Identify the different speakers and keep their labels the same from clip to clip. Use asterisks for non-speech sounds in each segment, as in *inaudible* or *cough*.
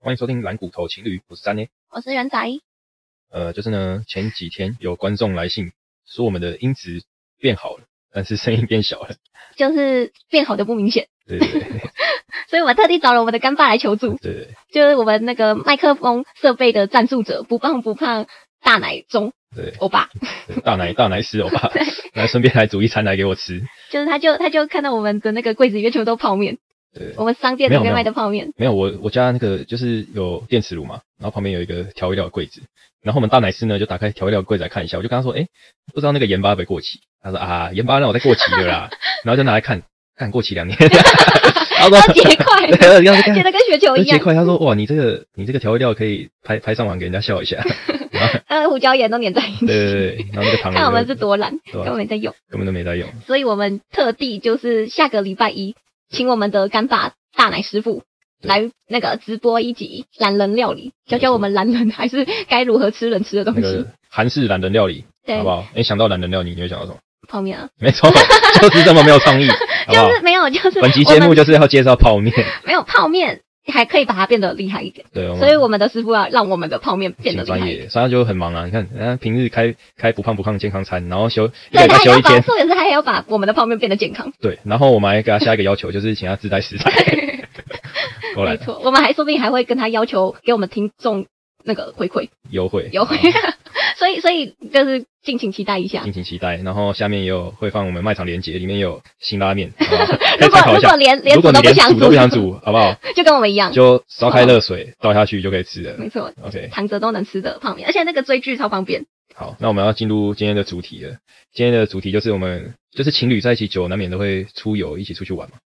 Speaker 1: 欢迎收听《蓝骨头情侣》，我是三呢。
Speaker 2: 我是元仔，
Speaker 1: 呃，就是呢，前几天有观众来信说我们的音质变好了，但是声音变小了。 *laughs*
Speaker 2: 就是变好的不明显，
Speaker 1: 对对对
Speaker 2: 所以我们特地找了我们的干爸来求助，
Speaker 1: 对对
Speaker 2: 就是我们那个麦克风设备的赞助者，不胖不胖大奶中
Speaker 1: 对
Speaker 2: 欧巴，
Speaker 1: 对，大奶大奶师欧巴，来顺便来煮一餐来给我吃。
Speaker 2: 就是他就他就看到我们的那个柜子里面全部都泡面，
Speaker 1: 对，
Speaker 2: 我们商店
Speaker 1: 没有
Speaker 2: 里面
Speaker 1: 没有
Speaker 2: 卖的泡面，
Speaker 1: 没有我我家那个就是有电磁炉嘛，然后旁边有一个调味料的柜子，然后我们大奶师呢就打开调味料的柜子来看一下，我就跟他说，哎，不知道那个盐巴会不会过期？他说啊，盐巴让我再过期了啦，然后就拿来看，看过期两年， *laughs* 他说
Speaker 2: 超级
Speaker 1: *laughs*
Speaker 2: 快，
Speaker 1: 对，然后就看
Speaker 2: 觉得跟雪球一
Speaker 1: 而且
Speaker 2: 样，
Speaker 1: 快，他说哇，你这个你这个调味料可以拍拍上网给人家笑一
Speaker 2: *laughs*
Speaker 1: 下，
Speaker 2: 呃，胡椒盐都粘在一
Speaker 1: 对对
Speaker 2: 起。
Speaker 1: 对，对然后那个糖
Speaker 2: 看我们是多懒，
Speaker 1: 对
Speaker 2: 根
Speaker 1: 啊
Speaker 2: 本没在用，
Speaker 1: 根本都没在用，
Speaker 2: 所以我们特地就是下个礼拜一，请我们的干爸大奶师傅
Speaker 1: 对
Speaker 2: 来那个直播一集懒人料理，
Speaker 1: 没错
Speaker 2: 教教我们懒人还是该如何吃人吃的东
Speaker 1: 那
Speaker 2: 西。
Speaker 1: 个韩式懒人料理，
Speaker 2: 对
Speaker 1: 好不，好？你想到懒人料理，你会想到什么？
Speaker 2: 泡面啊，
Speaker 1: 没错， *laughs* 就是这么没有创意，好不好
Speaker 2: 就？是没有，就是
Speaker 1: 本集节
Speaker 2: 我
Speaker 1: 目
Speaker 2: 们
Speaker 1: 就是要介绍泡面，
Speaker 2: 没有泡面，还可以把它变得厉害一点。
Speaker 1: 对，我们
Speaker 2: 所以我们的师傅要让我们的泡面
Speaker 1: 挺
Speaker 2: 变得厉
Speaker 1: 专
Speaker 2: 害一点。
Speaker 1: 业，所以他就很忙啊。你看，人家平日开开不胖不胖健康餐，然后休一个
Speaker 2: 对
Speaker 1: 礼拜
Speaker 2: 他
Speaker 1: 休
Speaker 2: 要
Speaker 1: 一
Speaker 2: 把，
Speaker 1: 天，
Speaker 2: 重点是他还要把我们的泡面变得健康。
Speaker 1: 对，然后我们还给他下一个要求，就是请他自带食
Speaker 2: *laughs*
Speaker 1: 材。过来
Speaker 2: 没错，我们还说不定还会跟他要求给我们听众那个回馈
Speaker 1: 优惠，
Speaker 2: 优惠，所以所以就是敬请期待一下
Speaker 1: 敬。请期待。然后下面也有会放我们卖场链接，里面也有辛拉 *laughs* 面，好不好可以
Speaker 2: 如果
Speaker 1: 参考一
Speaker 2: 如
Speaker 1: 下
Speaker 2: 果。连连
Speaker 1: 如果
Speaker 2: 煮
Speaker 1: 你
Speaker 2: 都
Speaker 1: 连
Speaker 2: 想
Speaker 1: 煮都不想煮，好不好？
Speaker 2: *laughs* 就跟我们一样，
Speaker 1: 就烧开热水倒下去就可以吃了。
Speaker 2: 没错，
Speaker 1: OK，
Speaker 2: 躺着都能吃的泡面，而且那个追剧超方便。
Speaker 1: 好，那我们要进入今天的主题了。今天的主题就是我们就是情侣在一起久，难免都会出游，一起出去玩嘛，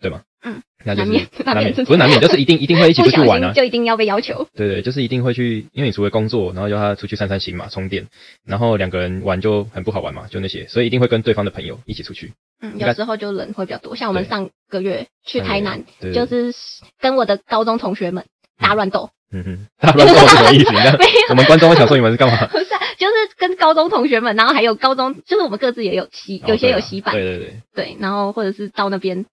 Speaker 1: 对吗？
Speaker 2: 嗯，
Speaker 1: 那就是
Speaker 2: 难免难免是
Speaker 1: 不是难免，就是一定一定会一起
Speaker 2: 不
Speaker 1: 出去 *laughs*
Speaker 2: 小
Speaker 1: 玩
Speaker 2: 心
Speaker 1: 啊。
Speaker 2: 就一定要被要求，
Speaker 1: 对对，就是一定会去，因为你除了工作，然后叫他出去散散心嘛，充电，然后两个人玩就很不好玩嘛，就那些，所以一定会跟对方的朋友一起出去。
Speaker 2: 嗯，
Speaker 1: 应该
Speaker 2: 有时候就人会比较多。像我们
Speaker 1: 对
Speaker 2: 上个月去台南，
Speaker 1: 对，
Speaker 2: 就
Speaker 1: 对
Speaker 2: 是跟我的高中同学们打乱斗，
Speaker 1: *laughs* 嗯哼，大乱斗什么意思？你看
Speaker 2: *laughs* 没有
Speaker 1: 我们观众会想说你们是干嘛？
Speaker 2: 不是啊、就是跟高中同学们，然后还有高中，就是我们各自也有洗， *laughs* 有些有洗
Speaker 1: 哦
Speaker 2: 版，
Speaker 1: 对啊对对对，
Speaker 2: 对，然后或者是到那边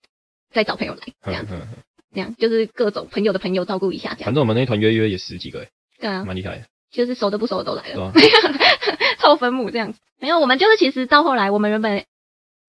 Speaker 2: 再找朋友来，这样
Speaker 1: 嗯嗯，嗯
Speaker 2: 这样就是各种朋友的朋友照顾一下，这样
Speaker 1: 反正我们那一团约约也十几个，
Speaker 2: 对啊，
Speaker 1: 蛮厉害的，
Speaker 2: 就是熟的不熟的都来
Speaker 1: 对
Speaker 2: 了，
Speaker 1: 吧？
Speaker 2: *laughs* 凑分母这样子。没有，我们就是其实到后来，我们原本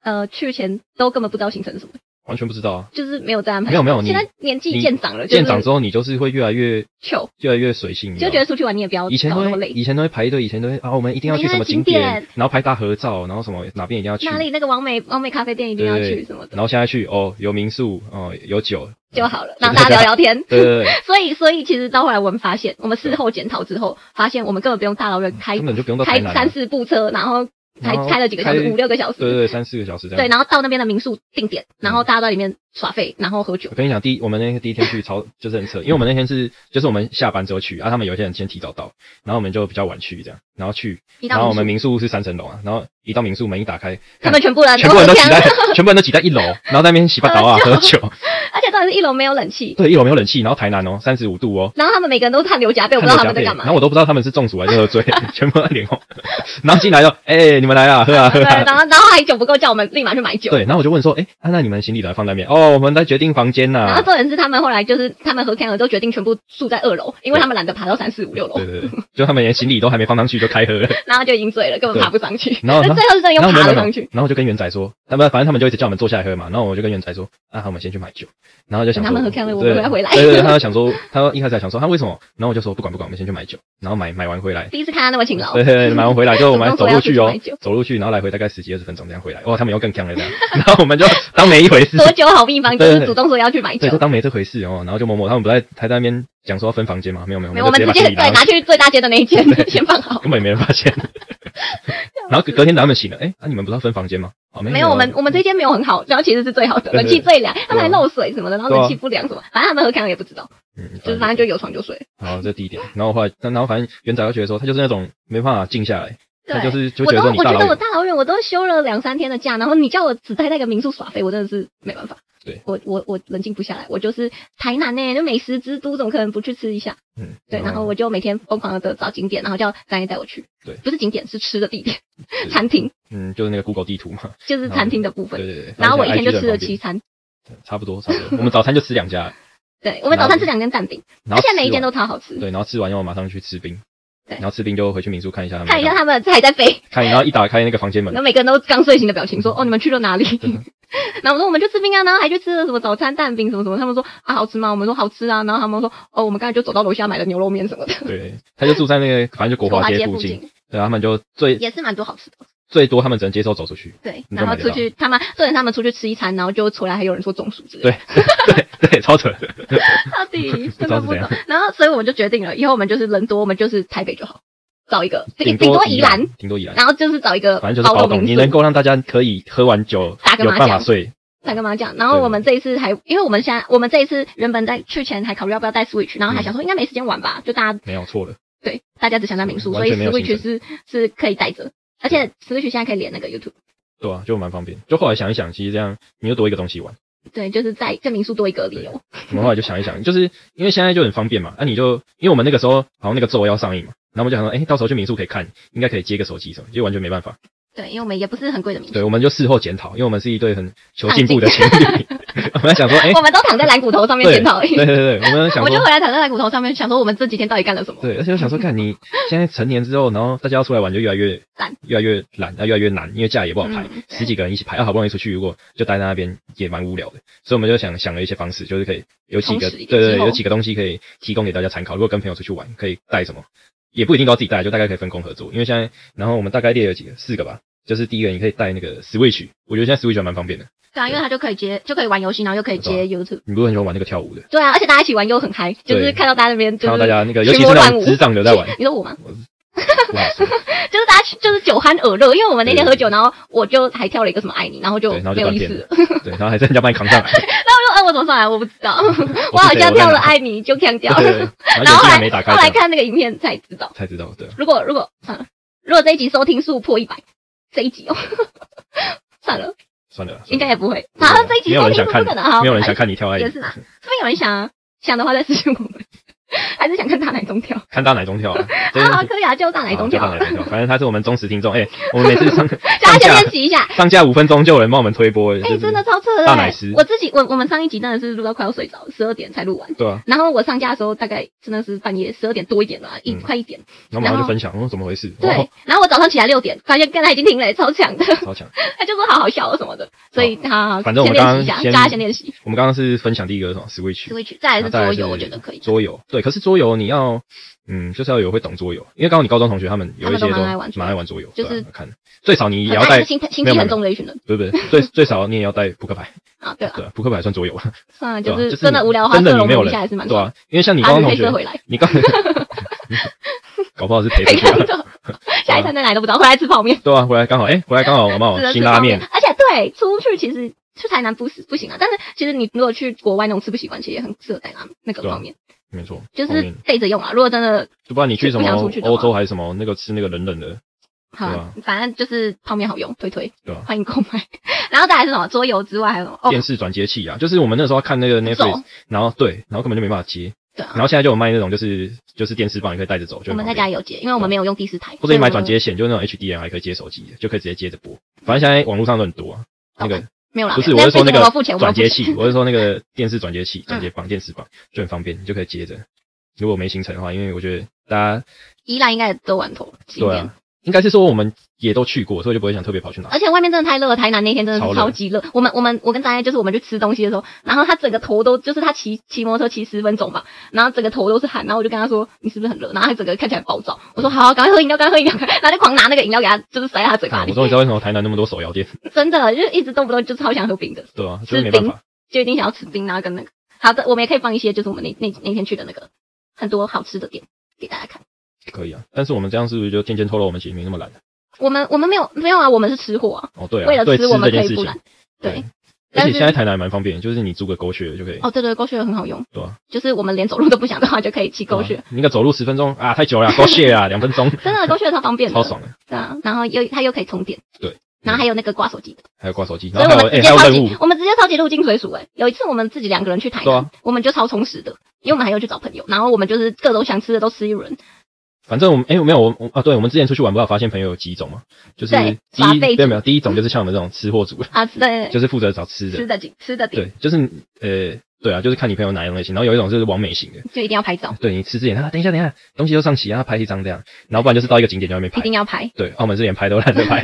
Speaker 2: 呃去前都根本不知道行程是什么，
Speaker 1: 完全不知道
Speaker 2: *laughs*
Speaker 1: 啊。
Speaker 2: 就是没有在安排。
Speaker 1: 没有没有你
Speaker 2: 现在年纪渐长了，
Speaker 1: 见长之
Speaker 2: 就
Speaker 1: 后，你就是会越来越
Speaker 2: 是糗，
Speaker 1: 越来越随性，你知
Speaker 2: 就
Speaker 1: 道吗
Speaker 2: 觉得出去玩你也不要
Speaker 1: 以前
Speaker 2: 搞
Speaker 1: 都
Speaker 2: 那么
Speaker 1: 会
Speaker 2: 累。
Speaker 1: 以前都会排队，以前都会啊，我们一定要去什么景
Speaker 2: 哪一个景
Speaker 1: 点，然后拍大合照，然后什么哪边一定要去，
Speaker 2: 哪里那个完美完美咖啡店一定要去什么
Speaker 1: 然
Speaker 2: 的
Speaker 1: 后现在去哦，有民宿哦，有酒，
Speaker 2: 就好了，
Speaker 1: 对
Speaker 2: 让大家聊聊天。
Speaker 1: 对
Speaker 2: *laughs*
Speaker 1: 对对，
Speaker 2: 所以，所以其实到后来我们发现，我们事后检讨之后，发现我们根本不用大老远开
Speaker 1: 根本就不用到台
Speaker 2: 开
Speaker 1: 南啊，
Speaker 2: 三四部车，然后还
Speaker 1: 然后
Speaker 2: 开了几个小时，
Speaker 1: 开
Speaker 2: 五六个小时。
Speaker 1: 对对对，嗯三四个小时这
Speaker 2: 对
Speaker 1: 样。
Speaker 2: 然后到那边的民宿定点，然后大家都在里面耍废，然后喝酒
Speaker 1: 我。跟你讲，第一我们那天第一天去超就是很扯，因为我们那天是就是我们下班之后去，啊，他们有些人先提早到，然后我们就比较晚去这样，然后去，
Speaker 2: 一
Speaker 1: 然后
Speaker 2: 到
Speaker 1: 我们
Speaker 2: 民宿，啊
Speaker 1: 民宿是三层楼啊，然后一到民宿门一打开，
Speaker 2: 他们全部人
Speaker 1: 全部人都
Speaker 2: 这
Speaker 1: 挤
Speaker 2: 样
Speaker 1: 在，全部人都挤在一楼，然后在那边洗把
Speaker 2: *laughs*
Speaker 1: 刀啊喝酒，
Speaker 2: 而且到底是一楼没有冷气，
Speaker 1: 对，一楼没有冷气，然后台南哦三十五度哦，
Speaker 2: 然后他们每个人都汗流浃背，我不
Speaker 1: 汗
Speaker 2: 知
Speaker 1: 流
Speaker 2: 道他
Speaker 1: 浃
Speaker 2: 们在
Speaker 1: 背，
Speaker 2: 干嘛
Speaker 1: 然后。我都不知道他们是中暑还是
Speaker 2: *laughs*
Speaker 1: 喝醉，全部脸红，然后进来就哎你们来啊喝啊喝
Speaker 2: 对，
Speaker 1: 啊，
Speaker 2: 然后然后还酒不够，叫我们立马去买酒。
Speaker 1: 对，然后我就问说，哎、啊那你们行李来放那边？哦，我们在决定房间呐、
Speaker 2: 然后重点是他们后来就是他们和 Ken 都决定全部住在二楼，因为他们懒得爬到三四五六楼
Speaker 1: 对，对，对，就他们连行李都还没放上去就开喝了，
Speaker 2: 然后就已经醉了，根本爬不
Speaker 1: *laughs*
Speaker 2: 上去。
Speaker 1: 然后
Speaker 2: 那最后是真的又
Speaker 1: 然后没
Speaker 2: 爬
Speaker 1: 有
Speaker 2: 了
Speaker 1: 没有
Speaker 2: 上去，，
Speaker 1: 然后我就跟元仔说，他们反正他们就一直叫我们坐下来喝嘛，然后我就跟元仔说，啊，好我们先去买酒，然后就想
Speaker 2: 等他
Speaker 1: 说
Speaker 2: 们喝开了我
Speaker 1: 对
Speaker 2: 们再回来
Speaker 1: 对对，对他就想说，他一开始还想说他为什么，然后我就说不管不管，我们先去买酒，然后买买完回来，
Speaker 2: 第一次看他那么勤劳，
Speaker 1: 对对，对买完回来就我们还走路去
Speaker 2: 主动说要
Speaker 1: 哦
Speaker 2: *laughs* 出去买酒，
Speaker 1: 走路去，然后来回大概十几二十分钟这样回来，哇，他们又更强了这样，然后我们就当没一回事，
Speaker 2: 多久好秘方就
Speaker 1: 对对
Speaker 2: 是
Speaker 1: 对
Speaker 2: 主动说要去买
Speaker 1: 对，就
Speaker 2: 酒，
Speaker 1: 当没这回事哦，然后就默默，他们不在还在那边讲说要分房间嘛，没有没有，
Speaker 2: 没有，我
Speaker 1: 就
Speaker 2: 们直
Speaker 1: 把
Speaker 2: 接
Speaker 1: 行李
Speaker 2: 对
Speaker 1: 拿
Speaker 2: 拿去最大间的那一间先放好。
Speaker 1: *laughs* 根本也没人发
Speaker 2: *laughs*
Speaker 1: 现。然后隔隔天他们醒了，哎、那、你们不是要分房间吗？哦，没
Speaker 2: 没有，我们我们这间没有很好，然后其实是最好的，
Speaker 1: 对对
Speaker 2: 冷气最凉，他们还
Speaker 1: 对啊
Speaker 2: 漏水什么的，然后
Speaker 1: 对啊
Speaker 2: 冷气不良什么，反正他们和 Ken 也不知道，
Speaker 1: 嗯，
Speaker 2: 就是反正就有床就睡。
Speaker 1: 好，这第一点。然后后来，然后反正元仔就觉得说，他就是那种没办法静下来，
Speaker 2: 对
Speaker 1: 他就是就
Speaker 2: 我
Speaker 1: 觉
Speaker 2: 都
Speaker 1: 得说你
Speaker 2: 我
Speaker 1: 大
Speaker 2: 觉
Speaker 1: 老
Speaker 2: 得我
Speaker 1: 远，
Speaker 2: 大老远我都休了两三天的假，然后你叫我只待在一个民宿耍废，我真的是没办法。
Speaker 1: 对，
Speaker 2: 我我我冷静不下来，我就是台南呢、就美食之都，怎么可能不去吃一下？
Speaker 1: 嗯，
Speaker 2: 对，然后我就每天疯狂的找景点，然后叫张爷带我去。
Speaker 1: 对
Speaker 2: 不是景点，是吃的地点
Speaker 1: 是，
Speaker 2: 餐厅
Speaker 1: 嗯，就是那个 Google 地图嘛，
Speaker 2: 就是餐厅的部
Speaker 1: 对
Speaker 2: 分。
Speaker 1: 对对。
Speaker 2: 然后我一
Speaker 1: 现在
Speaker 2: 天就
Speaker 1: IG
Speaker 2: 吃了
Speaker 1: 很方便
Speaker 2: 七餐，
Speaker 1: 差不多差不多。我们早餐就吃两家，
Speaker 2: 对，我们早餐吃两根蛋饼，
Speaker 1: 然
Speaker 2: 而 *laughs*
Speaker 1: 后
Speaker 2: 且每一
Speaker 1: 吃完
Speaker 2: 间都超好吃。
Speaker 1: 对，然后吃完以后马上去吃冰，
Speaker 2: 对
Speaker 1: 然后吃冰就回去民宿看一下他们在
Speaker 2: 看一
Speaker 1: 干嘛，
Speaker 2: 下他们还在飞，
Speaker 1: 看，然后一打开那个房间门
Speaker 2: *laughs* 然，后每个人都刚睡醒的表情，说：“
Speaker 1: 嗯
Speaker 2: 哦，你们去了哪里？”
Speaker 1: *laughs*
Speaker 2: 然后我说：“我们去吃冰啊。”然后还去吃了什么早餐蛋饼什么什么。他们说：“啊，好吃吗？”我们说：“好吃啊。”然后他们说：“哦，我们刚才就走到楼下买了牛肉面什么的。
Speaker 1: 对，他就住在那个反正就”国
Speaker 2: 国
Speaker 1: 华街
Speaker 2: 街
Speaker 1: 附近，
Speaker 2: 近
Speaker 1: 对，他们就最
Speaker 2: 也是蛮多好吃的，
Speaker 1: 最多他们只能接受走出去，
Speaker 2: 对。
Speaker 1: 你
Speaker 2: 然
Speaker 1: 干嘛
Speaker 2: 后出去他们，重点是他们出去吃一餐，然后就出来，还有人说中暑之类的。
Speaker 1: 对对对，超扯的，
Speaker 2: 到
Speaker 1: *laughs*
Speaker 2: 底
Speaker 1: 不
Speaker 2: 真
Speaker 1: 知道
Speaker 2: 的
Speaker 1: 是
Speaker 2: 不
Speaker 1: 怎
Speaker 2: 懂。然后，所以我们就决定了，以后我们就是人多，我们就是台北就好，找一个顶顶
Speaker 1: 多
Speaker 2: 多宜兰，，
Speaker 1: 顶多宜兰，
Speaker 2: 然后就是找一个
Speaker 1: 反正就是包
Speaker 2: 包
Speaker 1: 栋，
Speaker 2: 栋
Speaker 1: 你
Speaker 2: 民
Speaker 1: 能
Speaker 2: 宿
Speaker 1: 够让大家可以喝完酒
Speaker 2: 打个
Speaker 1: 有
Speaker 2: 麻
Speaker 1: 办法
Speaker 2: 将
Speaker 1: 睡，
Speaker 2: 才跟妈讲。然后
Speaker 1: 对
Speaker 2: 我们这一次还，因为我们现在我们这一次原本在去前还考虑要不要带 Switch，然后还
Speaker 1: 嗯
Speaker 2: 想说应该没时间玩吧，就大家
Speaker 1: 没有错了，
Speaker 2: 对大家只想在民宿，
Speaker 1: 完
Speaker 2: 所以
Speaker 1: 全没有行
Speaker 2: Switch 是是可以带着，而且 Switch 现在可以连那个 YouTube，
Speaker 1: 对啊，就蛮方便。就后来想一想，其实这样你又多一个东西玩。
Speaker 2: 对，就是在在民宿多一个理由。
Speaker 1: 我们后来就想一想，就是因为现在就很方便嘛，那、啊你就因为我们那个时候好像那个咒要上映嘛，然后我们就想说，哎、到时候去民宿可以看，应该可以接个手机什么，就完全没办法。
Speaker 2: 对，因为我们也不是很贵的民宿，
Speaker 1: 对，我们就事后检讨，因为我们是一对很求进步的情
Speaker 2: *laughs*
Speaker 1: 侣，我们在想说，哎、
Speaker 2: 我们都躺在蓝骨头上面
Speaker 1: 对
Speaker 2: 检讨而已。
Speaker 1: 对对对，我们在想
Speaker 2: 哦我就
Speaker 1: 说。
Speaker 2: 回来躺在蓝骨头上面，想说我们这几天到底干了什么。
Speaker 1: 对，而且我想说，看你现在成年之后，然后大家要出来玩就越来越
Speaker 2: 懒，
Speaker 1: 越来越懒，啊，越来越难，因为假也不好排，
Speaker 2: 嗯
Speaker 1: 十几个人一起排，啊，好不容易出去，如果就待在那边也蛮无聊的，所以我们就想想了一些方式，就是可以有几个
Speaker 2: 充实一
Speaker 1: 对
Speaker 2: 点
Speaker 1: 对，
Speaker 2: 之后
Speaker 1: 有几个东西可以提供给大家参考。如果跟朋友出去玩，可以带什么，也不一定都要自己带，就大概可以分工合作。因为现在，然后我们大概列了几个，四个吧，就是第一个你可以带那个 Switch，我觉得现在 Switch 还蛮方便的。
Speaker 2: 对啊，因为他就可以接，就可以玩游戏，然后又可以接 YouTube。
Speaker 1: 你不是很喜欢玩那个跳舞的，
Speaker 2: 对啊，而且大家一起玩又很嗨，就是
Speaker 1: 对
Speaker 2: 看到大家那边就
Speaker 1: 看到
Speaker 2: 是
Speaker 1: 大家那个，尤
Speaker 2: 群
Speaker 1: 其是
Speaker 2: 魔
Speaker 1: 那
Speaker 2: 乱舞
Speaker 1: 种智障的
Speaker 2: *laughs*
Speaker 1: 在玩，
Speaker 2: 你说我吗？
Speaker 1: 不好说。
Speaker 2: 就是大家就是酒酣耳热，因为我们那天
Speaker 1: 对
Speaker 2: 喝酒，然后我就还跳了一个什么爱你，然后就
Speaker 1: 对然后就
Speaker 2: 没有
Speaker 1: 断
Speaker 2: 意
Speaker 1: 片
Speaker 2: 思了。
Speaker 1: 对，然后还是人家把你扛上来，
Speaker 2: 然后我就嗯，我怎么上来？我不知 *laughs* 道， *laughs* 我好像跳了爱你就呛掉
Speaker 1: 对，对对
Speaker 2: *laughs* 了。
Speaker 1: 然
Speaker 2: 然
Speaker 1: 后眼睛
Speaker 2: 后后
Speaker 1: 还
Speaker 2: 来
Speaker 1: 没打开
Speaker 2: 后来
Speaker 1: 这样，
Speaker 2: 看那个影片才知道，
Speaker 1: 才知道，对。
Speaker 2: 如果如果算了，如果这一集收听数破一百，这一集哦， *laughs* 算了，
Speaker 1: 算了啦，
Speaker 2: 应该也不会。
Speaker 1: 对
Speaker 2: 好，这一集
Speaker 1: 没有
Speaker 2: 收
Speaker 1: 人想
Speaker 2: 听数
Speaker 1: 看
Speaker 2: 不可能哈，
Speaker 1: 没有人
Speaker 2: 好
Speaker 1: 想看你跳爱
Speaker 2: 也
Speaker 1: 你，
Speaker 2: 是啦，说不定有人想啊，想的话再私信我们，还是想看大奶中跳
Speaker 1: 看大奶中跳
Speaker 2: *laughs*
Speaker 1: 啊，真的
Speaker 2: 啊？
Speaker 1: 是
Speaker 2: 可以啊，就大奶中
Speaker 1: 好就
Speaker 2: 跳
Speaker 1: 大
Speaker 2: 啊
Speaker 1: 奶，中跳，反正他是我们忠实听众，哎，我们每次上
Speaker 2: 大
Speaker 1: 上
Speaker 2: 家先
Speaker 1: 架
Speaker 2: 练习一下。
Speaker 1: 上架五分钟就有人帮我们推播了，
Speaker 2: *laughs* 哎、
Speaker 1: 就是
Speaker 2: 真的超扯的、
Speaker 1: 大
Speaker 2: 欸！
Speaker 1: 奶师
Speaker 2: 我自己，我我们上一集真的是录到快要睡着，十二点才录完。
Speaker 1: 对啊，
Speaker 2: 然后我上架的时候，大概真的是半夜十二点多一点了，一、
Speaker 1: 嗯
Speaker 2: 快一点。
Speaker 1: 然后马上
Speaker 2: 然
Speaker 1: 就
Speaker 2: 后
Speaker 1: 分享，哦，怎么回事？
Speaker 2: 对，
Speaker 1: 哦，
Speaker 2: 然后我早上起来六点，发现刚才已经停了，超强的。
Speaker 1: 超强。
Speaker 2: 他就说好好笑哦什么的，所以好好，
Speaker 1: 反正我
Speaker 2: 先
Speaker 1: 们刚
Speaker 2: 练习一下，
Speaker 1: 刚先
Speaker 2: 大家先练习。
Speaker 1: 我们刚刚是分享第一个是什么 Switch，
Speaker 2: Switch，再来是
Speaker 1: 那再来
Speaker 2: 桌
Speaker 1: 是
Speaker 2: 游，我觉得可以。
Speaker 1: 桌游，对，可是桌游你要，嗯，就是要有会懂桌游，因为刚好你高中同学他们有一些
Speaker 2: 他们
Speaker 1: 都
Speaker 2: 都蛮爱玩桌游
Speaker 1: 蛮爱玩桌游，
Speaker 2: 就
Speaker 1: 对啊
Speaker 2: 是
Speaker 1: 看，最少你也
Speaker 2: 很
Speaker 1: 要
Speaker 2: 爱
Speaker 1: 带
Speaker 2: 是，心心
Speaker 1: 没有没
Speaker 2: 机
Speaker 1: 有
Speaker 2: 很重的一群人
Speaker 1: 不是不是，最最少你也要带扑
Speaker 2: *laughs*
Speaker 1: 克牌，
Speaker 2: 啊，对啊，
Speaker 1: 对啊，扑克牌算桌游，
Speaker 2: 算了，
Speaker 1: 对
Speaker 2: 就
Speaker 1: 啊
Speaker 2: 是真的
Speaker 1: 你
Speaker 2: 无聊的话，
Speaker 1: 真
Speaker 2: 射
Speaker 1: 的你
Speaker 2: 龙
Speaker 1: 没有
Speaker 2: 门
Speaker 1: 人
Speaker 2: 一下还是蛮
Speaker 1: 对
Speaker 2: 爽的。
Speaker 1: 啊，因为像你
Speaker 2: 把
Speaker 1: 高中 *laughs* 同
Speaker 2: 女黑
Speaker 1: 学
Speaker 2: 射，回来，
Speaker 1: 你
Speaker 2: *laughs*
Speaker 1: 刚搞不好是赔
Speaker 2: 被
Speaker 1: *laughs* 出去
Speaker 2: 看
Speaker 1: 了，
Speaker 2: 到， *laughs* 下一餐在哪里都不知道，回来吃泡面。
Speaker 1: 对啊，回来刚好，哎、回来刚好我们
Speaker 2: 只
Speaker 1: 有
Speaker 2: 能吃
Speaker 1: 辛拉
Speaker 2: 泡面
Speaker 1: 面，。
Speaker 2: 而且对，出去其实去台南不是不行啊，但是其实你如果去国外那种吃不习惯，其实也很适合带那那个
Speaker 1: 对啊
Speaker 2: 泡面，
Speaker 1: 没错，
Speaker 2: 就
Speaker 1: 泡
Speaker 2: 是
Speaker 1: 面
Speaker 2: 备着用啊。如果真的
Speaker 1: 就不然你去什么
Speaker 2: 不想出去的话
Speaker 1: 欧洲还是什么那个吃那个冷冷的，
Speaker 2: 好啊、
Speaker 1: 对
Speaker 2: 反正就是泡面好用，推推，
Speaker 1: 对啊
Speaker 2: 欢迎购买。 *laughs* 然后再来是什么？桌游之外还有什么哦
Speaker 1: 电，视转接器啊，就是我们那时候看那个
Speaker 2: 走
Speaker 1: Netflix，然后对，然后根本就没办法接，
Speaker 2: 对啊
Speaker 1: 然后现在就有卖那种就是就是电视棒，你可以带着走，就
Speaker 2: 我
Speaker 1: 很
Speaker 2: 们在
Speaker 1: 方便
Speaker 2: 家也有接，因为我们没有用第四台，
Speaker 1: 或者你买转
Speaker 2: 所以
Speaker 1: 接线，就是那种 HDMI 可以接手机的，就可以直接接着播。反正现在网络上都很多啊，那个
Speaker 2: 我们没有啦，
Speaker 1: 不是，
Speaker 2: 没
Speaker 1: 我
Speaker 2: 有
Speaker 1: 是说那
Speaker 2: 我
Speaker 1: 个
Speaker 2: 们付哦钱，我
Speaker 1: 转
Speaker 2: 们付
Speaker 1: 接
Speaker 2: 钱
Speaker 1: 器，我是说那个电视转接
Speaker 2: 嗯
Speaker 1: 器、转接棒、电视棒就很方便，你就可以接着。如果没行程的话，因为我觉得大家
Speaker 2: 宜兰应该也都玩头了，今
Speaker 1: 对
Speaker 2: 年。
Speaker 1: 啊，应该是说我们也都去过，所以就不会想特别跑去哪。
Speaker 2: 而且外面真的太热了，台南那天真的
Speaker 1: 超
Speaker 2: 是
Speaker 1: 热
Speaker 2: 超级热。我们我们我跟张爱就是我们去吃东西的时候，然后他整个头都就是他骑骑摩托车骑十分钟吧，然后整个头都是汗，然后我就跟他说你是不是很热？然后他整个看起来暴躁，我说好，赶快喝饮料，赶快喝饮料， *laughs* 然后就狂拿那个饮料给他就是塞在他嘴巴
Speaker 1: 啊我
Speaker 2: 里，
Speaker 1: 终于 *laughs* 知道为什么台南那么多手摇店，
Speaker 2: 真的就是一直动不动就超想喝冰的，
Speaker 1: 对啊，就是没办法。
Speaker 2: 就一定想要吃冰，然后啊跟那个好的，我们也可以放一些就是我们那那那天去的那个很多好吃的店给大家看。
Speaker 1: 可以啊，但是我们这样是不是就渐渐透露我们其实没那么懒？啊
Speaker 2: 我们我们没有没有啊，我们是吃货啊，
Speaker 1: 哦，对啊，
Speaker 2: 为了
Speaker 1: 对
Speaker 2: 吃我们
Speaker 1: 这
Speaker 2: 可
Speaker 1: 件
Speaker 2: 以
Speaker 1: 事
Speaker 2: 不
Speaker 1: 情
Speaker 2: 懒，，对。
Speaker 1: 而
Speaker 2: 但
Speaker 1: 且
Speaker 2: 是
Speaker 1: 现在台南蛮方便，就是你租个狗血就可以。
Speaker 2: 哦，对对，狗血很好用，
Speaker 1: 对啊
Speaker 2: 就是我们连走路都不想的话，就可以骑狗血。
Speaker 1: 啊，你个走路十分钟啊，太久了，狗血啊，两分钟，
Speaker 2: *laughs* 真的狗血超方便的，
Speaker 1: 超爽的。
Speaker 2: 对啊，然后又它又可以充电，
Speaker 1: 对，
Speaker 2: 然后还有那个挂手机的，
Speaker 1: 还有挂手机，
Speaker 2: 所
Speaker 1: 然
Speaker 2: 以
Speaker 1: 后还
Speaker 2: 我
Speaker 1: 有
Speaker 2: 们
Speaker 1: 哎、
Speaker 2: 直接
Speaker 1: 还有
Speaker 2: 超
Speaker 1: 任务
Speaker 2: 级，，我们直接超级入境水鼠哎、有一次我们自己两个人去台
Speaker 1: 对
Speaker 2: 南，
Speaker 1: 啊
Speaker 2: 我们就超充实的，因为我们还要去找朋友，然后我们就是各种想吃的都吃一轮，
Speaker 1: 反正我们哎、没有我我啊，对我们之前出去玩，不知道发现朋友有几种嘛，就是
Speaker 2: 对
Speaker 1: 第一
Speaker 2: 耍废
Speaker 1: 没有没
Speaker 2: 族
Speaker 1: 有，第一种就是像我们这种吃货族，
Speaker 2: 啊，对，
Speaker 1: 就是负责找吃的，
Speaker 2: 吃的紧吃的顶，
Speaker 1: 对，就是呃对啊，就是看你朋友哪一种类型，然后有一种就是完美型的，
Speaker 2: 就一定要拍照，
Speaker 1: 对你吃之前，他、啊、等一下等一下，东西都上齐，让他拍一张这样，然后不然就是到一个景点就在那边
Speaker 2: 一
Speaker 1: 拍。
Speaker 2: 定要拍。
Speaker 1: 对，澳门是连拍都懒
Speaker 2: *laughs*
Speaker 1: 得拍，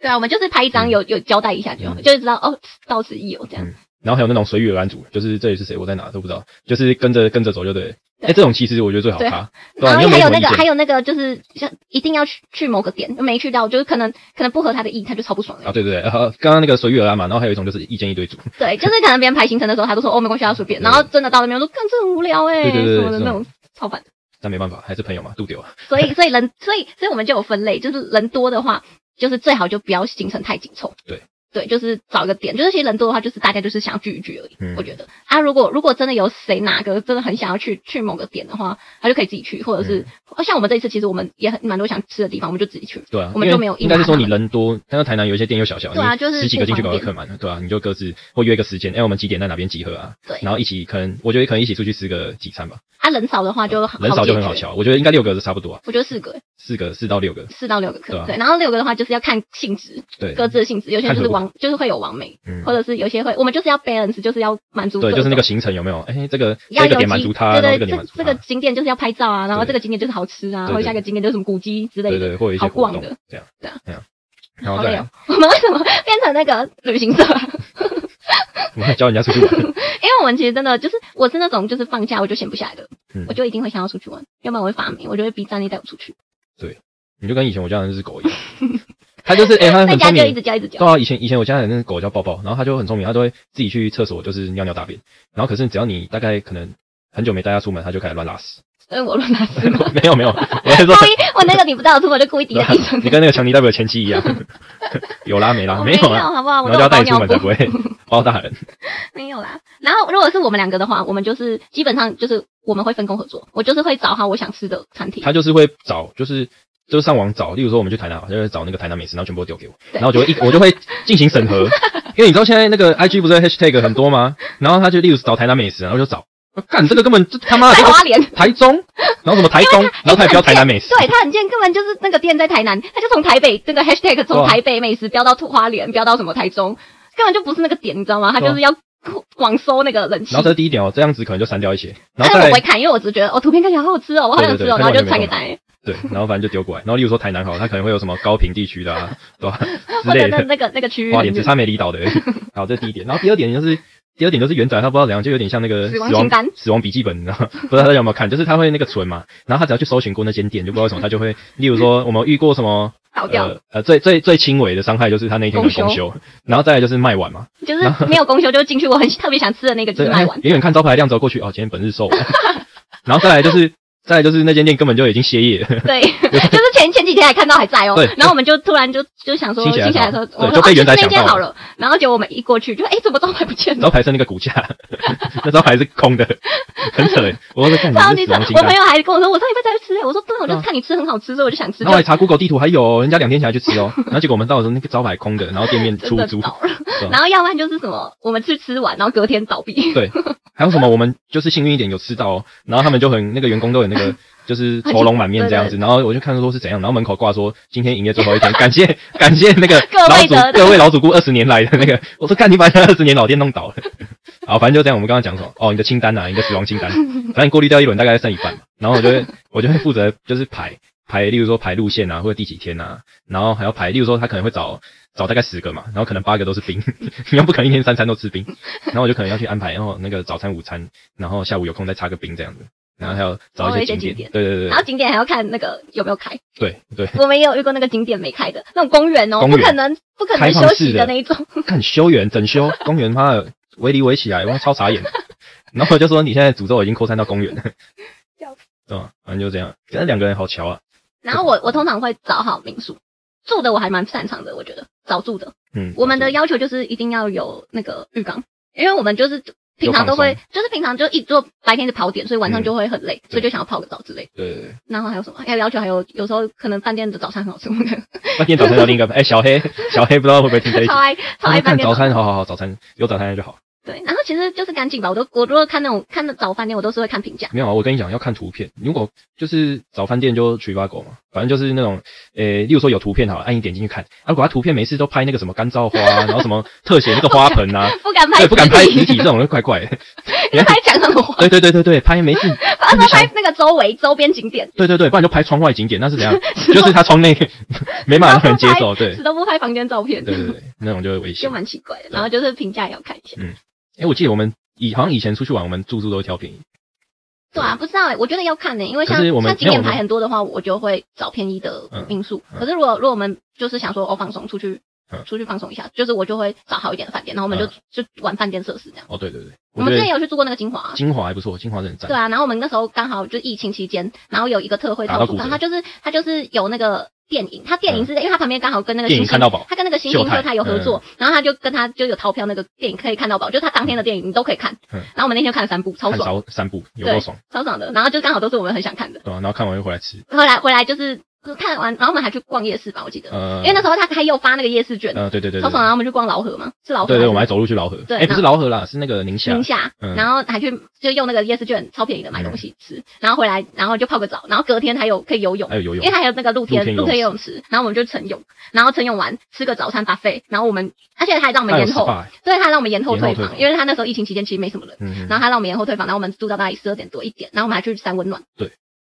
Speaker 2: 对啊，我们就是拍一张，
Speaker 1: 嗯
Speaker 2: 有有交代一下就好，
Speaker 1: 嗯
Speaker 2: 就是知道哦，到此一游这样。
Speaker 1: 嗯然后还有那种随遇而安组，就是这里是谁，我在哪都不知道，就是跟着跟着走就对了。哎、
Speaker 2: 对
Speaker 1: 这种其实我觉得最好看，对吧、
Speaker 2: 然
Speaker 1: 你
Speaker 2: 后
Speaker 1: 又
Speaker 2: 还
Speaker 1: 没
Speaker 2: 有
Speaker 1: 什么
Speaker 2: 那
Speaker 1: 意
Speaker 2: 个，还
Speaker 1: 见，
Speaker 2: 有那个，就是像一定要去去某个点，没去到，就是可能可能不合他的意，他就超不爽
Speaker 1: 啊，
Speaker 2: 的。
Speaker 1: 对对对，然后刚刚那个随遇而安嘛，然后还有一种就是意见一堆组，
Speaker 2: 对，就是可能别人排行程的时候，他都说哦没关系，要随便。
Speaker 1: 对
Speaker 2: 然后真的到那边我说干这很无聊哎、
Speaker 1: 对对对
Speaker 2: 什么的
Speaker 1: 这
Speaker 2: 那
Speaker 1: 种
Speaker 2: 种超烦。
Speaker 1: 但没办法，还是朋友嘛，度丢啊。
Speaker 2: 所以所以人所以所以我们就有分类，就是人多的话，就是最好就不要行程太紧凑。
Speaker 1: 对。
Speaker 2: 对，就是找一个点，就是其实人多的话，就是大家就是想聚一聚而已。
Speaker 1: 嗯
Speaker 2: 我觉得啊，如果如果真的有谁哪个真的很想要去去某个点的话，他就可以自己去，或者
Speaker 1: 嗯
Speaker 2: 是、哦像我们这一次，其实我们也很蛮多想吃的地方，我们就自己去。
Speaker 1: 对啊，
Speaker 2: 我们
Speaker 1: 因为
Speaker 2: 就没有
Speaker 1: 应该是说你
Speaker 2: 硬拉他
Speaker 1: 人多，但是台南有一些店又小小，
Speaker 2: 对啊
Speaker 1: 你
Speaker 2: 就是
Speaker 1: 十几个进去
Speaker 2: 不
Speaker 1: 搞
Speaker 2: 方
Speaker 1: 到
Speaker 2: 便
Speaker 1: 客满了，对啊，你就各自或约一个时间，哎、我们几点在哪边集合啊？
Speaker 2: 对
Speaker 1: 然后一起可能我觉得可能一起出去吃个几餐吧，
Speaker 2: 啊，人少的话就好
Speaker 1: 哦人少就很
Speaker 2: 解
Speaker 1: 好
Speaker 2: 决
Speaker 1: 笑，我觉得应该六个是差不多啊，
Speaker 2: 我觉得四个，欸
Speaker 1: 四个四到六个，
Speaker 2: 四到六个可
Speaker 1: 对啊
Speaker 2: 能对，然后六个的话就是要看性质，
Speaker 1: 对，
Speaker 2: 各自哦的性质，有些
Speaker 1: 看
Speaker 2: 就是
Speaker 1: 合不
Speaker 2: 完就是会有完美，
Speaker 1: 嗯
Speaker 2: 或。者是有些会，我们就是要 balance，就是要满足
Speaker 1: 对，
Speaker 2: 各
Speaker 1: 就是那
Speaker 2: 种
Speaker 1: 个行程有没有？哎、这个
Speaker 2: 要
Speaker 1: 这个
Speaker 2: 有
Speaker 1: 点满
Speaker 2: 机
Speaker 1: 足他，然后
Speaker 2: 对
Speaker 1: 这个
Speaker 2: 对，
Speaker 1: 点
Speaker 2: 这
Speaker 1: 满足
Speaker 2: 这
Speaker 1: 他
Speaker 2: 个，景点就是要拍照啊，然后
Speaker 1: 对
Speaker 2: 这个景点就是好吃啊，
Speaker 1: 对
Speaker 2: 或者下
Speaker 1: 对
Speaker 2: 个景点就是什么古迹之类
Speaker 1: 对
Speaker 2: 的，
Speaker 1: 对，或者一些
Speaker 2: 好
Speaker 1: 活
Speaker 2: 逛
Speaker 1: 动
Speaker 2: 的，
Speaker 1: 这样，
Speaker 2: 对啊
Speaker 1: 这样，然
Speaker 2: 好
Speaker 1: 后
Speaker 2: 累
Speaker 1: 再
Speaker 2: 哦。我们为什么变成那个旅行社啊？ *laughs*
Speaker 1: 来 *laughs* 我们教人家出去玩，
Speaker 2: 因为我们其实真的就是，我是那种就是放假我就闲不下来的
Speaker 1: 嗯，
Speaker 2: 我就一定会想要出去玩，要不然我会发霉，我就会逼战力带我出去，
Speaker 1: 你就跟以前我家人是狗一
Speaker 2: *laughs*
Speaker 1: 样，他就是哎、他
Speaker 2: 在
Speaker 1: 很
Speaker 2: 家
Speaker 1: 聪
Speaker 2: 就一
Speaker 1: 明，
Speaker 2: 直叫一直叫
Speaker 1: 对。啊，以前以前我家人那狗叫抱抱，然后它就很聪明，它都会自己去厕所就是尿尿大便，然后可是只要你大概可能很久没带它出门，它就开始乱拉
Speaker 2: *laughs*
Speaker 1: 屎。
Speaker 2: 嗯，我乱拉屎吗？
Speaker 1: 没有没有， *laughs* 我
Speaker 2: *laughs*
Speaker 1: 是说啊
Speaker 2: 故意，我那个你不带我出门，我就故意滴在地
Speaker 1: *laughs*
Speaker 2: 上。
Speaker 1: 你跟那个强尼代表前妻一
Speaker 2: *laughs*
Speaker 1: 样，有拉没拉
Speaker 2: 我
Speaker 1: 没
Speaker 2: 没
Speaker 1: 有
Speaker 2: 有，
Speaker 1: 啦，
Speaker 2: 好不好？
Speaker 1: 然后
Speaker 2: 我
Speaker 1: 就
Speaker 2: 都有
Speaker 1: 要带
Speaker 2: 包
Speaker 1: 你出
Speaker 2: 尿
Speaker 1: 门
Speaker 2: 布啊
Speaker 1: 才，不会包大人。
Speaker 2: 没有啦。然后如果是我们两个的话，我们就是基本上就是我们会分工合作，我就是会找好我想吃的餐厅，
Speaker 1: 他就是会找，就是就是上网找，例如说我们去台南，就会找那个台南美食，然后全部都丢给我，
Speaker 2: 对
Speaker 1: 然后我就会一我就会进行审
Speaker 2: *laughs*
Speaker 1: 核，因为你知道现在那个 IG 不是 hashtag 很多吗？然后他就例如找台南美食，然后就找，啊干这个根本就他妈的
Speaker 2: 在哎花莲。
Speaker 1: 台中，然后什么台东，然后他也标台南美食，
Speaker 2: 对他很贱，根本就是那个店在台南，他就从台北那个 hashtag
Speaker 1: 对
Speaker 2: 从
Speaker 1: 啊
Speaker 2: 台北美食飙到花莲，飙到什么台中，根本就不是那个点，你知道吗？他就是要广收那个人气
Speaker 1: 然后。这是第一点哦，这样子可能就删掉一些，然后
Speaker 2: 哎但是我
Speaker 1: 再
Speaker 2: 不
Speaker 1: 来
Speaker 2: 会看，因为我只觉得哦，图片看起来好好吃哦，我好想吃
Speaker 1: 对
Speaker 2: 哦，
Speaker 1: 对对
Speaker 2: 然后就
Speaker 1: 看起来
Speaker 2: 传给
Speaker 1: 没
Speaker 2: 大家，
Speaker 1: 对，然后反正就丢过来，然后例如说台南好了，他可能会有什么高平地区的啊，对吧、
Speaker 2: *laughs* 或
Speaker 1: 之
Speaker 2: 者
Speaker 1: 类
Speaker 2: 那
Speaker 1: 的，
Speaker 2: 那个那个区域
Speaker 1: 花
Speaker 2: 里
Speaker 1: 莲只
Speaker 2: 面
Speaker 1: 差没离岛的而已，好，这是第一点，然后第二点就是。第二点就是原仔，他不知道怎样，就有点像那个
Speaker 2: 死亡清单
Speaker 1: 死亡笔记本，你知道吗？不知道大家有没有看？就是他会那个存嘛，然后他只要去搜寻过那间店，就不知道为什么他就会，例如说我们遇过什
Speaker 2: *laughs*
Speaker 1: 么
Speaker 2: 倒掉，
Speaker 1: 呃呃最最最轻微的伤害就是他那一天可能
Speaker 2: 公
Speaker 1: 公休，然后再来就是卖完嘛，
Speaker 2: 就是没有公休就进去，我很 *laughs* 特别想吃的那个就
Speaker 1: 对，
Speaker 2: 是卖完
Speaker 1: 哎。远远看招牌亮走过去，哦，今天本日售完。 *laughs* 然后再来就是，再来就是那间店根本就已经歇业了， *laughs*
Speaker 2: 对，就是前前几天还看到还在哦
Speaker 1: 对，
Speaker 2: 然后我们就突然就就想说，
Speaker 1: 兴起来
Speaker 2: 兴
Speaker 1: 的
Speaker 2: 起来的时候，
Speaker 1: 时候
Speaker 2: 我们
Speaker 1: 对就
Speaker 2: 说
Speaker 1: 被
Speaker 2: 啊
Speaker 1: 元
Speaker 2: 去
Speaker 1: 仔
Speaker 2: 那
Speaker 1: 抢
Speaker 2: 间
Speaker 1: 到
Speaker 2: 好了，然后结果我们一过去就哎，怎么招牌不见
Speaker 1: 招
Speaker 2: 了？
Speaker 1: 牌剩那个骨架， *laughs* 那招牌是空的， *laughs* 很扯欸。我会看你
Speaker 2: 超
Speaker 1: 是
Speaker 2: 级
Speaker 1: 死
Speaker 2: 扯！
Speaker 1: 亡清
Speaker 2: 我朋
Speaker 1: 单。
Speaker 2: 友还跟我说，我上礼拜才去吃哎，我说对，我就
Speaker 1: 对
Speaker 2: 是
Speaker 1: 啊
Speaker 2: 看你吃很好吃，所以我就想吃，
Speaker 1: 然后我还
Speaker 2: 就
Speaker 1: 查 Google 地图，还有人家两天前还去吃哦， *laughs* 然后结果我们到的时候那个招牌空的，然后店面
Speaker 2: *laughs* 真
Speaker 1: 出
Speaker 2: 的
Speaker 1: 租，
Speaker 2: 倒了
Speaker 1: 对啊。
Speaker 2: 然后要不然就是什么，我们去吃完，然后隔天倒闭，
Speaker 1: 对，还有什么我们就是幸运一点有吃到哦，然后他们就很那个员工都有那
Speaker 2: *laughs*
Speaker 1: 个就是愁容满面这样子，然后我就看说是怎样，然后门口挂说今天营业最后一天， *laughs* 感谢感谢那个
Speaker 2: *laughs* 各
Speaker 1: 老
Speaker 2: 位
Speaker 1: 主
Speaker 2: 的
Speaker 1: 各位老主顾二十年来的那
Speaker 2: *laughs*
Speaker 1: 个，我说看你把人家二十年老店弄倒了，好，反正就这样，我们刚刚讲什么哦，你的清单啊，你的死亡清单，反正你过滤掉一轮大概剩一半嘛，然后我就会 *laughs* 我就会负责就是排排，例如说排路线啊，或者第几天啊，然后还要排，例如说他可能会找找大概十个嘛，然后可能八个都是冰，你又不可能一天三餐都吃冰，然后我就可能要去安排，然后那个早餐、午餐，然后下午有空再插个冰这样子，然后还有找一些景点，对对
Speaker 2: 然后景点还要看那个有没有开。
Speaker 1: 对对
Speaker 2: 我们也有遇过那个景点没开的那种公园哦，
Speaker 1: 公
Speaker 2: 不
Speaker 1: 园
Speaker 2: 可能不可能
Speaker 1: 开
Speaker 2: 休
Speaker 1: 放
Speaker 2: 息
Speaker 1: 式
Speaker 2: 的
Speaker 1: 的
Speaker 2: 那一种，
Speaker 1: 对，看修园整修公园，妈的围篱围起来，我超傻眼。然后我就说你现在诅咒已经扩散到公园了，对吧？反正就这样，那两个人好巧啊，
Speaker 2: 然后我我通常会找好民宿，住的我还蛮擅长的，我觉得找住的。
Speaker 1: 嗯，
Speaker 2: 我们的要求就是一定要有那个浴缸，因为我们就是平常都会，就是平常就一做白天是跑点，所以晚上就会很
Speaker 1: 嗯
Speaker 2: 累，所以就想要泡个澡之类的。
Speaker 1: 对对
Speaker 2: 然后还有什么？还有要求还有有时候可能饭店的早餐很好吃，我们
Speaker 1: 对，那今天早餐要另一个，哎，小黑小黑不知道会不会听这一集
Speaker 2: 超，爱超爱
Speaker 1: 看
Speaker 2: 饭店
Speaker 1: 早
Speaker 2: 的。
Speaker 1: 餐，好好好，早餐有早餐就好，
Speaker 2: 对，然后其实就是干净吧。我都我如果看那种看那早饭店，我都是会看评价。
Speaker 1: 没有啊，我跟你讲要看图片。如果就是早饭店就 t r i v a g o 嘛，反正就是那种，呃、例如说有图片好了，按、你点进去看。啊，如果他图片每次都拍那个什么干燥花、啊，然 *laughs* 后什么特写那个花盆
Speaker 2: *laughs*
Speaker 1: 啊，
Speaker 2: 不敢拍，
Speaker 1: *laughs* 对，不敢拍实体，这种人怪
Speaker 2: *laughs*
Speaker 1: 怪的。
Speaker 2: 要拍墙上的花，
Speaker 1: *laughs* 对对对对对，拍没事，
Speaker 2: 反正拍那个周围周边
Speaker 1: *laughs*
Speaker 2: 景点， *laughs*
Speaker 1: 对对对，不然就拍窗外景点，那是怎样？就是他窗内 *laughs* 没办法让人接
Speaker 2: *laughs*
Speaker 1: 受，对
Speaker 2: 死都不拍房间照片，
Speaker 1: 对对对，那种就会危险
Speaker 2: 就。蛮奇怪的。然后就是评价也要看一下。
Speaker 1: 哎、我记得我们以好像以前出去玩，我们住宿都挑便宜。
Speaker 2: 对啊，不知道哎、我觉得要看呢、因为
Speaker 1: 嗯可
Speaker 2: 像
Speaker 1: 是我们
Speaker 2: 像景
Speaker 1: 没
Speaker 2: 点
Speaker 1: 有我们
Speaker 2: 排很多的话，我就会找便宜的
Speaker 1: 嗯
Speaker 2: 民宿。
Speaker 1: 嗯
Speaker 2: 可是如果如果我们就是想说哦放松出去
Speaker 1: 嗯。
Speaker 2: 出去放松一下，就是我就会找好一点的饭店，然后我们就、就玩饭店设施这样。
Speaker 1: 哦，对对对，
Speaker 2: 我
Speaker 1: 我
Speaker 2: 们
Speaker 1: 觉
Speaker 2: 之前也
Speaker 1: 得
Speaker 2: 有去住过那个金华、啊，
Speaker 1: 金华还不错，金华是很赞
Speaker 2: 对。啊，然后我们那时候刚好就疫情期间，然后有一个特惠
Speaker 1: 打
Speaker 2: 套
Speaker 1: 到
Speaker 2: 组，
Speaker 1: 骨折
Speaker 2: 它就是它就是有那个电影，它电影是在、因为它旁边刚好跟那个
Speaker 1: 嗯电
Speaker 2: 星
Speaker 1: 影
Speaker 2: 星，
Speaker 1: 看到宝
Speaker 2: 它跟那个星星
Speaker 1: 秀泰嗯
Speaker 2: 车它有合作，然后它就跟它就有逃票那个电影可以看到宝，就是它当天的电影你都可以看，
Speaker 1: 嗯
Speaker 2: 然后我们那天就看了三部，超
Speaker 1: 看
Speaker 2: 爽
Speaker 1: 少散步有
Speaker 2: 对
Speaker 1: 够爽，
Speaker 2: 超爽的，然后就刚好都是我们很想看的，
Speaker 1: 对吧、然后看完又回来吃，
Speaker 2: 后来回来就是就是看完，然后我们还去逛夜市吧，我记得，
Speaker 1: 呃，
Speaker 2: 因为那时候他他又发那个夜市卷，
Speaker 1: 呃，对对对
Speaker 2: 超
Speaker 1: 对
Speaker 2: 爽，然后我们去逛老河嘛，是老河
Speaker 1: 对对，我们还
Speaker 2: 还是
Speaker 1: 走路去老河，
Speaker 2: 对
Speaker 1: 哎、不是老河啦，是那个宁夏
Speaker 2: 宁，夏，
Speaker 1: 嗯
Speaker 2: 然后还去就用那个夜市券超便宜的买东西吃，然后回来，然后就泡个澡，然后隔天还有可以游泳
Speaker 1: 还，有游
Speaker 2: 因
Speaker 1: 泳
Speaker 2: 为，还有那个露天
Speaker 1: 露天
Speaker 2: 露天
Speaker 1: 游
Speaker 2: 游泳池，然后我们就晨泳，然后晨泳完吃个早餐 buffet，然后我们而且他还让我们
Speaker 1: 还有
Speaker 2: 延后，
Speaker 1: SPA，
Speaker 2: 对，他还让我们延后
Speaker 1: 延后
Speaker 2: 退
Speaker 1: 退
Speaker 2: 房，
Speaker 1: 房
Speaker 2: 因为他那时候疫情期间其实没什么人。
Speaker 1: 嗯，
Speaker 2: 然
Speaker 1: 嗯
Speaker 2: 后他让我们延后退房，然后我们住到大概十二点多一点，然后我们还去三温暖，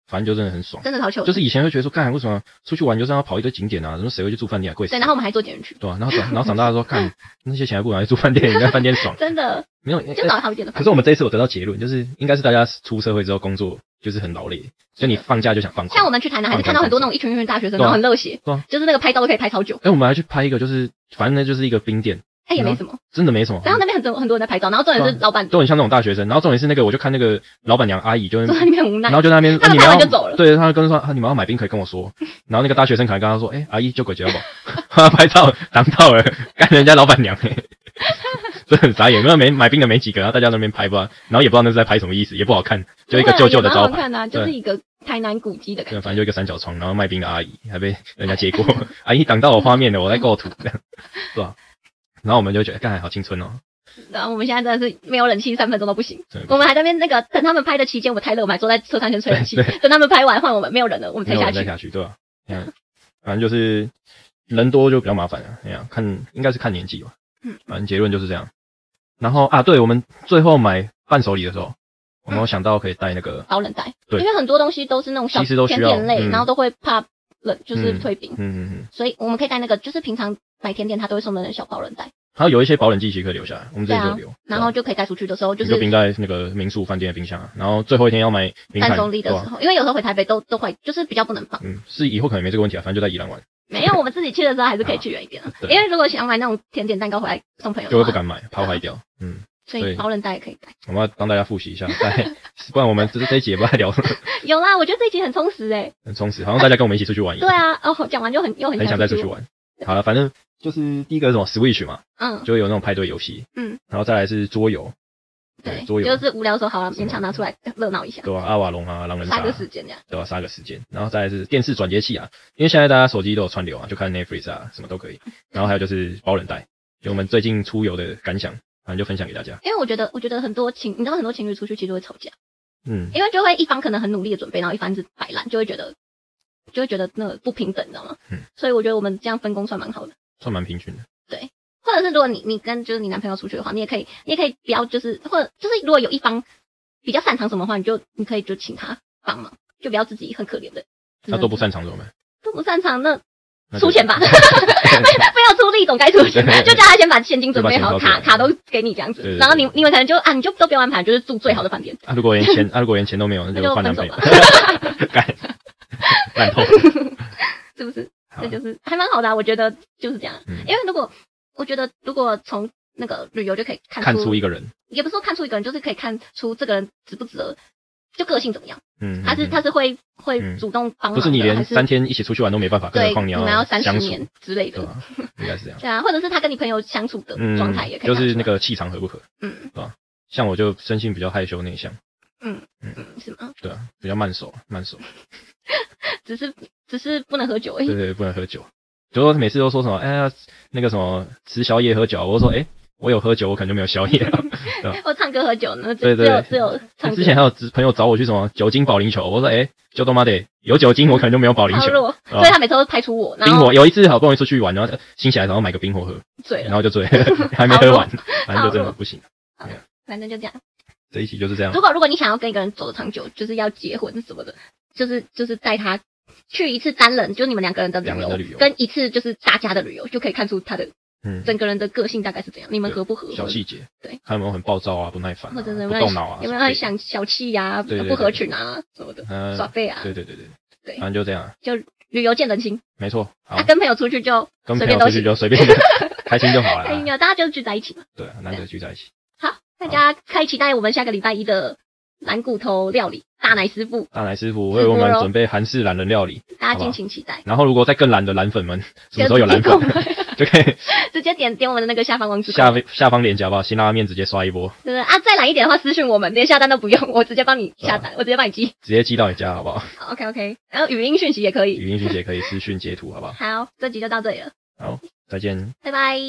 Speaker 1: 反正就真的很爽。
Speaker 2: 真的超糗的。
Speaker 1: 就是以前会觉得说，干为什么出去玩就是要跑一堆景点啊？什么谁会去住饭店啊？贵死
Speaker 2: 对，！然后我们还坐捷运去，
Speaker 1: 对啊，然后长然后长大的时候，看
Speaker 2: *laughs*
Speaker 1: 那些钱还不如拿去住饭店，你在饭店爽。
Speaker 2: 真的
Speaker 1: 没有，
Speaker 2: 就
Speaker 1: 哎
Speaker 2: 找好一点的
Speaker 1: 可
Speaker 2: 房
Speaker 1: 是。我们这一次有得到结论，就是应该是大家出社会之后工作就是很劳累，所以你放假就想放空。
Speaker 2: 像我们去台南，还是看到很多那种一群一群大学生，然后很热血
Speaker 1: 对啊，
Speaker 2: 就是那个拍照都可以拍超久，
Speaker 1: 哎、我们还去拍一个，就是反正那就是一个冰店，
Speaker 2: 哎也没什么。
Speaker 1: 真的没什么，
Speaker 2: 然后那边很多很多人在拍照，然后重点是
Speaker 1: 啊对啊
Speaker 2: 老板
Speaker 1: 都很像那种大学生。然后重点是那个，我就看那个老板娘阿姨
Speaker 2: *laughs*
Speaker 1: 就
Speaker 2: 坐
Speaker 1: 是，
Speaker 2: 在那边很无奈
Speaker 1: 然，后就在那边，
Speaker 2: 他
Speaker 1: 啊
Speaker 2: 们
Speaker 1: 你们
Speaker 2: 拍完
Speaker 1: 要
Speaker 2: 就走了
Speaker 1: 对，他就跟说、啊、你们要买冰可以跟我说。然后那个大学生可能跟他说，哎、阿姨就鬼节目， *laughs* 他拍照挡到了，干人家老板娘、欸， *laughs* 这很傻眼，因为没买冰的没几个，然后大家在那边拍吧，然后也不知道那是在拍什么意思，也不好看，就一个
Speaker 2: 对啊
Speaker 1: 旧旧的
Speaker 2: 也蛮
Speaker 1: 招
Speaker 2: 好
Speaker 1: 牌。
Speaker 2: 看的啊，就是
Speaker 1: 对
Speaker 2: 一个台南古迹的感
Speaker 1: 对，
Speaker 2: 觉。
Speaker 1: 反正就一个三角窗，然后卖冰的阿姨还被人家接过， *laughs* 阿姨挡到我画面了，我在构图，这样对吧、然后我们就觉得，干好青春哦，
Speaker 2: 然后我们现在真的是没有冷气，三分钟都不行。
Speaker 1: 真的不
Speaker 2: 我们还在那边那个等他们拍的期间，我太热，我们还坐在车上先吹冷气
Speaker 1: 对。
Speaker 2: 等他们拍完换我们没有人了，我们
Speaker 1: 没
Speaker 2: 才
Speaker 1: 有
Speaker 2: 下
Speaker 1: 人再
Speaker 2: 去。
Speaker 1: 下去，对吧、嗯，反正就是人多就比较麻烦了，哎呀，看应该是看年纪吧，
Speaker 2: 嗯，
Speaker 1: 反正结论就是这样。然后啊，对我们最后买伴手礼的时候，我
Speaker 2: 嗯
Speaker 1: 们有想到可以带那个，
Speaker 2: 保冷袋，因
Speaker 1: 对
Speaker 2: 为很多东西都是那种小
Speaker 1: 其实都
Speaker 2: 甜
Speaker 1: 需要
Speaker 2: 点类，
Speaker 1: 嗯
Speaker 2: 然后都会怕冷，就是
Speaker 1: 嗯
Speaker 2: 退冰，
Speaker 1: 嗯嗯嗯，
Speaker 2: 所以我们可以带那个，就是平常买甜点他都会送的那种小保冷袋，
Speaker 1: 还有有一些保冷剂其实可以留下来，我们这里
Speaker 2: 对啊
Speaker 1: 就留，
Speaker 2: 然后就可以带出去的时候就
Speaker 1: 你就是冰在那个民宿饭店的冰箱啊，然后最后一天要买冰
Speaker 2: 伴
Speaker 1: 看，
Speaker 2: 手礼的
Speaker 1: 对吧
Speaker 2: 时候，因为有时候回台北都都会就是比较不能放。
Speaker 1: 嗯，是以后可能没这个问题啊，反正就在宜兰玩，
Speaker 2: 没有，我们自己去的时候还是可以去远一点的，
Speaker 1: 对
Speaker 2: 嗯因为如果想买那种甜点蛋糕回来送朋友
Speaker 1: 就会
Speaker 2: 的
Speaker 1: 不
Speaker 2: 话，
Speaker 1: 敢买，怕坏掉。嗯，
Speaker 2: 所
Speaker 1: 对
Speaker 2: 以保冷袋也可以带。
Speaker 1: 我们要帮大家复习一下，在 *laughs* 不然我们这这一集也不太聊，
Speaker 2: 有啦，我觉得这一集很充实诶、
Speaker 1: 很充实，好像大家跟我们一起出去玩一
Speaker 2: 对
Speaker 1: 样，
Speaker 2: 啊，哦，讲完就很又很
Speaker 1: 嗯很想再出去
Speaker 2: 玩。
Speaker 1: 玩。好了，反正就是第一个是什么 Switch 嘛，
Speaker 2: 嗯，
Speaker 1: 就会有那种派对游戏，
Speaker 2: 嗯，
Speaker 1: 然后再来是桌游，
Speaker 2: 对，
Speaker 1: 桌游
Speaker 2: 就是无聊的时候好了，
Speaker 1: 什么
Speaker 2: 勉强拿出来热闹一下，
Speaker 1: 对吧？阿瓦隆啊，狼人杀
Speaker 2: 杀，个时间这样。
Speaker 1: 对吧？杀个时间，然后再来是电视转接器啊，因为现在大家手机都有串流啊，就看 Netflix 啊，什么都可
Speaker 2: 嗯
Speaker 1: 以。然后还有就是包冷带，就我们最近出游的感想，反正就分享给大家。
Speaker 2: 因为我觉得，我觉得很多情，你知道很多情侣出去其实会吵架，
Speaker 1: 嗯，
Speaker 2: 因为就会一方可能很努力的准备，然后一方一直摆烂，就会觉得就会觉得那个不平等，你知道吗？
Speaker 1: 嗯。
Speaker 2: 所以我觉得我们这样分工算蛮好的。
Speaker 1: 算蛮平均的。
Speaker 2: 或者是如果你你跟就是你男朋友出去的话，你也可以，你也可以不要就是或者就是如果有一方比较擅长什么的话，你就你可以就请他帮忙，就不要自己很可怜的。
Speaker 1: 他都不擅长怎么办？
Speaker 2: 都不擅
Speaker 1: *laughs*
Speaker 2: 长，那
Speaker 1: 那就
Speaker 2: 出钱吧，不要出力总该出
Speaker 1: *laughs*
Speaker 2: 钱，
Speaker 1: 对
Speaker 2: 就叫他先把现金准备好，
Speaker 1: 就把钱包
Speaker 2: 卡
Speaker 1: 给他
Speaker 2: 卡都给你这样
Speaker 1: 对对对
Speaker 2: 子，然后你你们可能就啊，你就都不用安排，就是住最好的饭店，
Speaker 1: *laughs* 啊，如果连钱，啊，如果连钱都没有，那
Speaker 2: 那
Speaker 1: 就
Speaker 2: 就
Speaker 1: 换男
Speaker 2: 分手
Speaker 1: 朋友
Speaker 2: 吧，，
Speaker 1: *laughs* 干，烂
Speaker 2: *laughs*
Speaker 1: 透。
Speaker 2: 是不是？
Speaker 1: 好
Speaker 2: 这就是还蛮好的啊、我觉得就是这样。
Speaker 1: 嗯
Speaker 2: 因为如果我觉得如果从那个旅游就可以看出，
Speaker 1: 看出一个人，
Speaker 2: 也不是说看出一个人，就是可以看出这个人值不值得，就个性怎么样。
Speaker 1: 嗯，
Speaker 2: 他是
Speaker 1: 嗯
Speaker 2: 他是会会
Speaker 1: 嗯
Speaker 2: 主动帮忙
Speaker 1: 不
Speaker 2: 的，
Speaker 1: 是你
Speaker 2: 哦还
Speaker 1: 连
Speaker 2: 是
Speaker 1: 三天一起出去玩都没办法，更
Speaker 2: 对
Speaker 1: 何况
Speaker 2: 你
Speaker 1: 要
Speaker 2: 们要三十
Speaker 1: 相处，
Speaker 2: 年之类
Speaker 1: 对啊
Speaker 2: 的。 *laughs*
Speaker 1: 吧？应该是这样。嗯
Speaker 2: 对啊，或者是他跟你朋友相处的状态也可以看出
Speaker 1: 就
Speaker 2: 来，
Speaker 1: 是那个气场合不合，
Speaker 2: 嗯
Speaker 1: 像我就生性比较害羞内向，
Speaker 2: 嗯是吗？ *laughs*
Speaker 1: 对啊，比较慢熟，慢熟，
Speaker 2: 只是只是不能喝酒而已
Speaker 1: 对。对，不能喝酒。就说每次都说什么，哎呀，那个什么吃宵夜喝酒，我就说，哎，我有喝酒，我可能就没有宵夜
Speaker 2: *laughs*
Speaker 1: 了。
Speaker 2: 我唱歌喝酒呢，
Speaker 1: 啊对
Speaker 2: 只只
Speaker 1: 对
Speaker 2: 有只有唱歌。
Speaker 1: 之前还有朋友找我去什么酒精保龄球，我说哎，酒他妈的有酒精，我可能就没有保龄
Speaker 2: 超
Speaker 1: 球。
Speaker 2: 弱，所以他每次都排除我，然
Speaker 1: 冰
Speaker 2: 后
Speaker 1: 火有一次好不容易出去玩，然后心血来潮买个冰火喝，
Speaker 2: 醉
Speaker 1: 然
Speaker 2: 了，
Speaker 1: 后就
Speaker 2: *laughs*
Speaker 1: 醉，还没喝完，反正就真的不行。
Speaker 2: 反正就这样。
Speaker 1: 这一期就是这样
Speaker 2: 如，果如果你想要跟一个人走得长久，就是要结婚什么的，就是就是带他去一次单人，就你们两个人的旅
Speaker 1: 两人
Speaker 2: 游，
Speaker 1: 的旅游
Speaker 2: 跟一次就是大家的旅游，就可以看出他的
Speaker 1: 嗯，
Speaker 2: 整个人的个性大概是怎样，你们合不合？
Speaker 1: 小细节，
Speaker 2: 对，
Speaker 1: 看有没有很暴躁啊，不耐烦啊，
Speaker 2: 或者是有
Speaker 1: 不
Speaker 2: 没有
Speaker 1: 动脑啊，
Speaker 2: 有没
Speaker 1: 什么
Speaker 2: 有
Speaker 1: 之类的
Speaker 2: 想小气呀、
Speaker 1: 对对
Speaker 2: 不合群啊什么的，
Speaker 1: 嗯
Speaker 2: 耍废啊？
Speaker 1: 对对对对
Speaker 2: 对
Speaker 1: 反正就这样，啊
Speaker 2: 旅游见人心，
Speaker 1: 没错。好
Speaker 2: 啊，，跟朋友出去就
Speaker 1: 跟朋
Speaker 2: 随便
Speaker 1: 友
Speaker 2: 都
Speaker 1: 出去
Speaker 2: 行，
Speaker 1: 就随
Speaker 2: *laughs*
Speaker 1: 便的，开心就好了
Speaker 2: 哎
Speaker 1: 啦。
Speaker 2: 呀，大家就聚在一起嘛。
Speaker 1: 对，啊难得聚在一起。
Speaker 2: 好，大家可以期待我们下个礼拜一的蓝骨头料理大奶师傅，
Speaker 1: 大啊奶师傅为我们
Speaker 2: 直播咯
Speaker 1: 准备韩式懒人料理，
Speaker 2: 大
Speaker 1: 好
Speaker 2: 家
Speaker 1: 不好
Speaker 2: 敬请期待。
Speaker 1: 然后如果再更懒的懒粉们，什么时候有
Speaker 2: 就直
Speaker 1: 懒
Speaker 2: 接
Speaker 1: 粉
Speaker 2: 购买
Speaker 1: 就
Speaker 2: *laughs*
Speaker 1: 可以
Speaker 2: 直接点点我们的那个下方网址。
Speaker 1: 下下方链接好不好？辛拉面直接刷一波，
Speaker 2: 对对啊，再懒一点的话，私信我们，连下单都不用，我直接帮你下单，我直接帮你寄。
Speaker 1: 直接寄到你家好不好？
Speaker 2: 好，OK OK，然后语音讯息也可以。
Speaker 1: 语音讯息也可以私讯截图好不好？
Speaker 2: 好，这集就到这里了，
Speaker 1: 好，再见。
Speaker 2: 拜拜。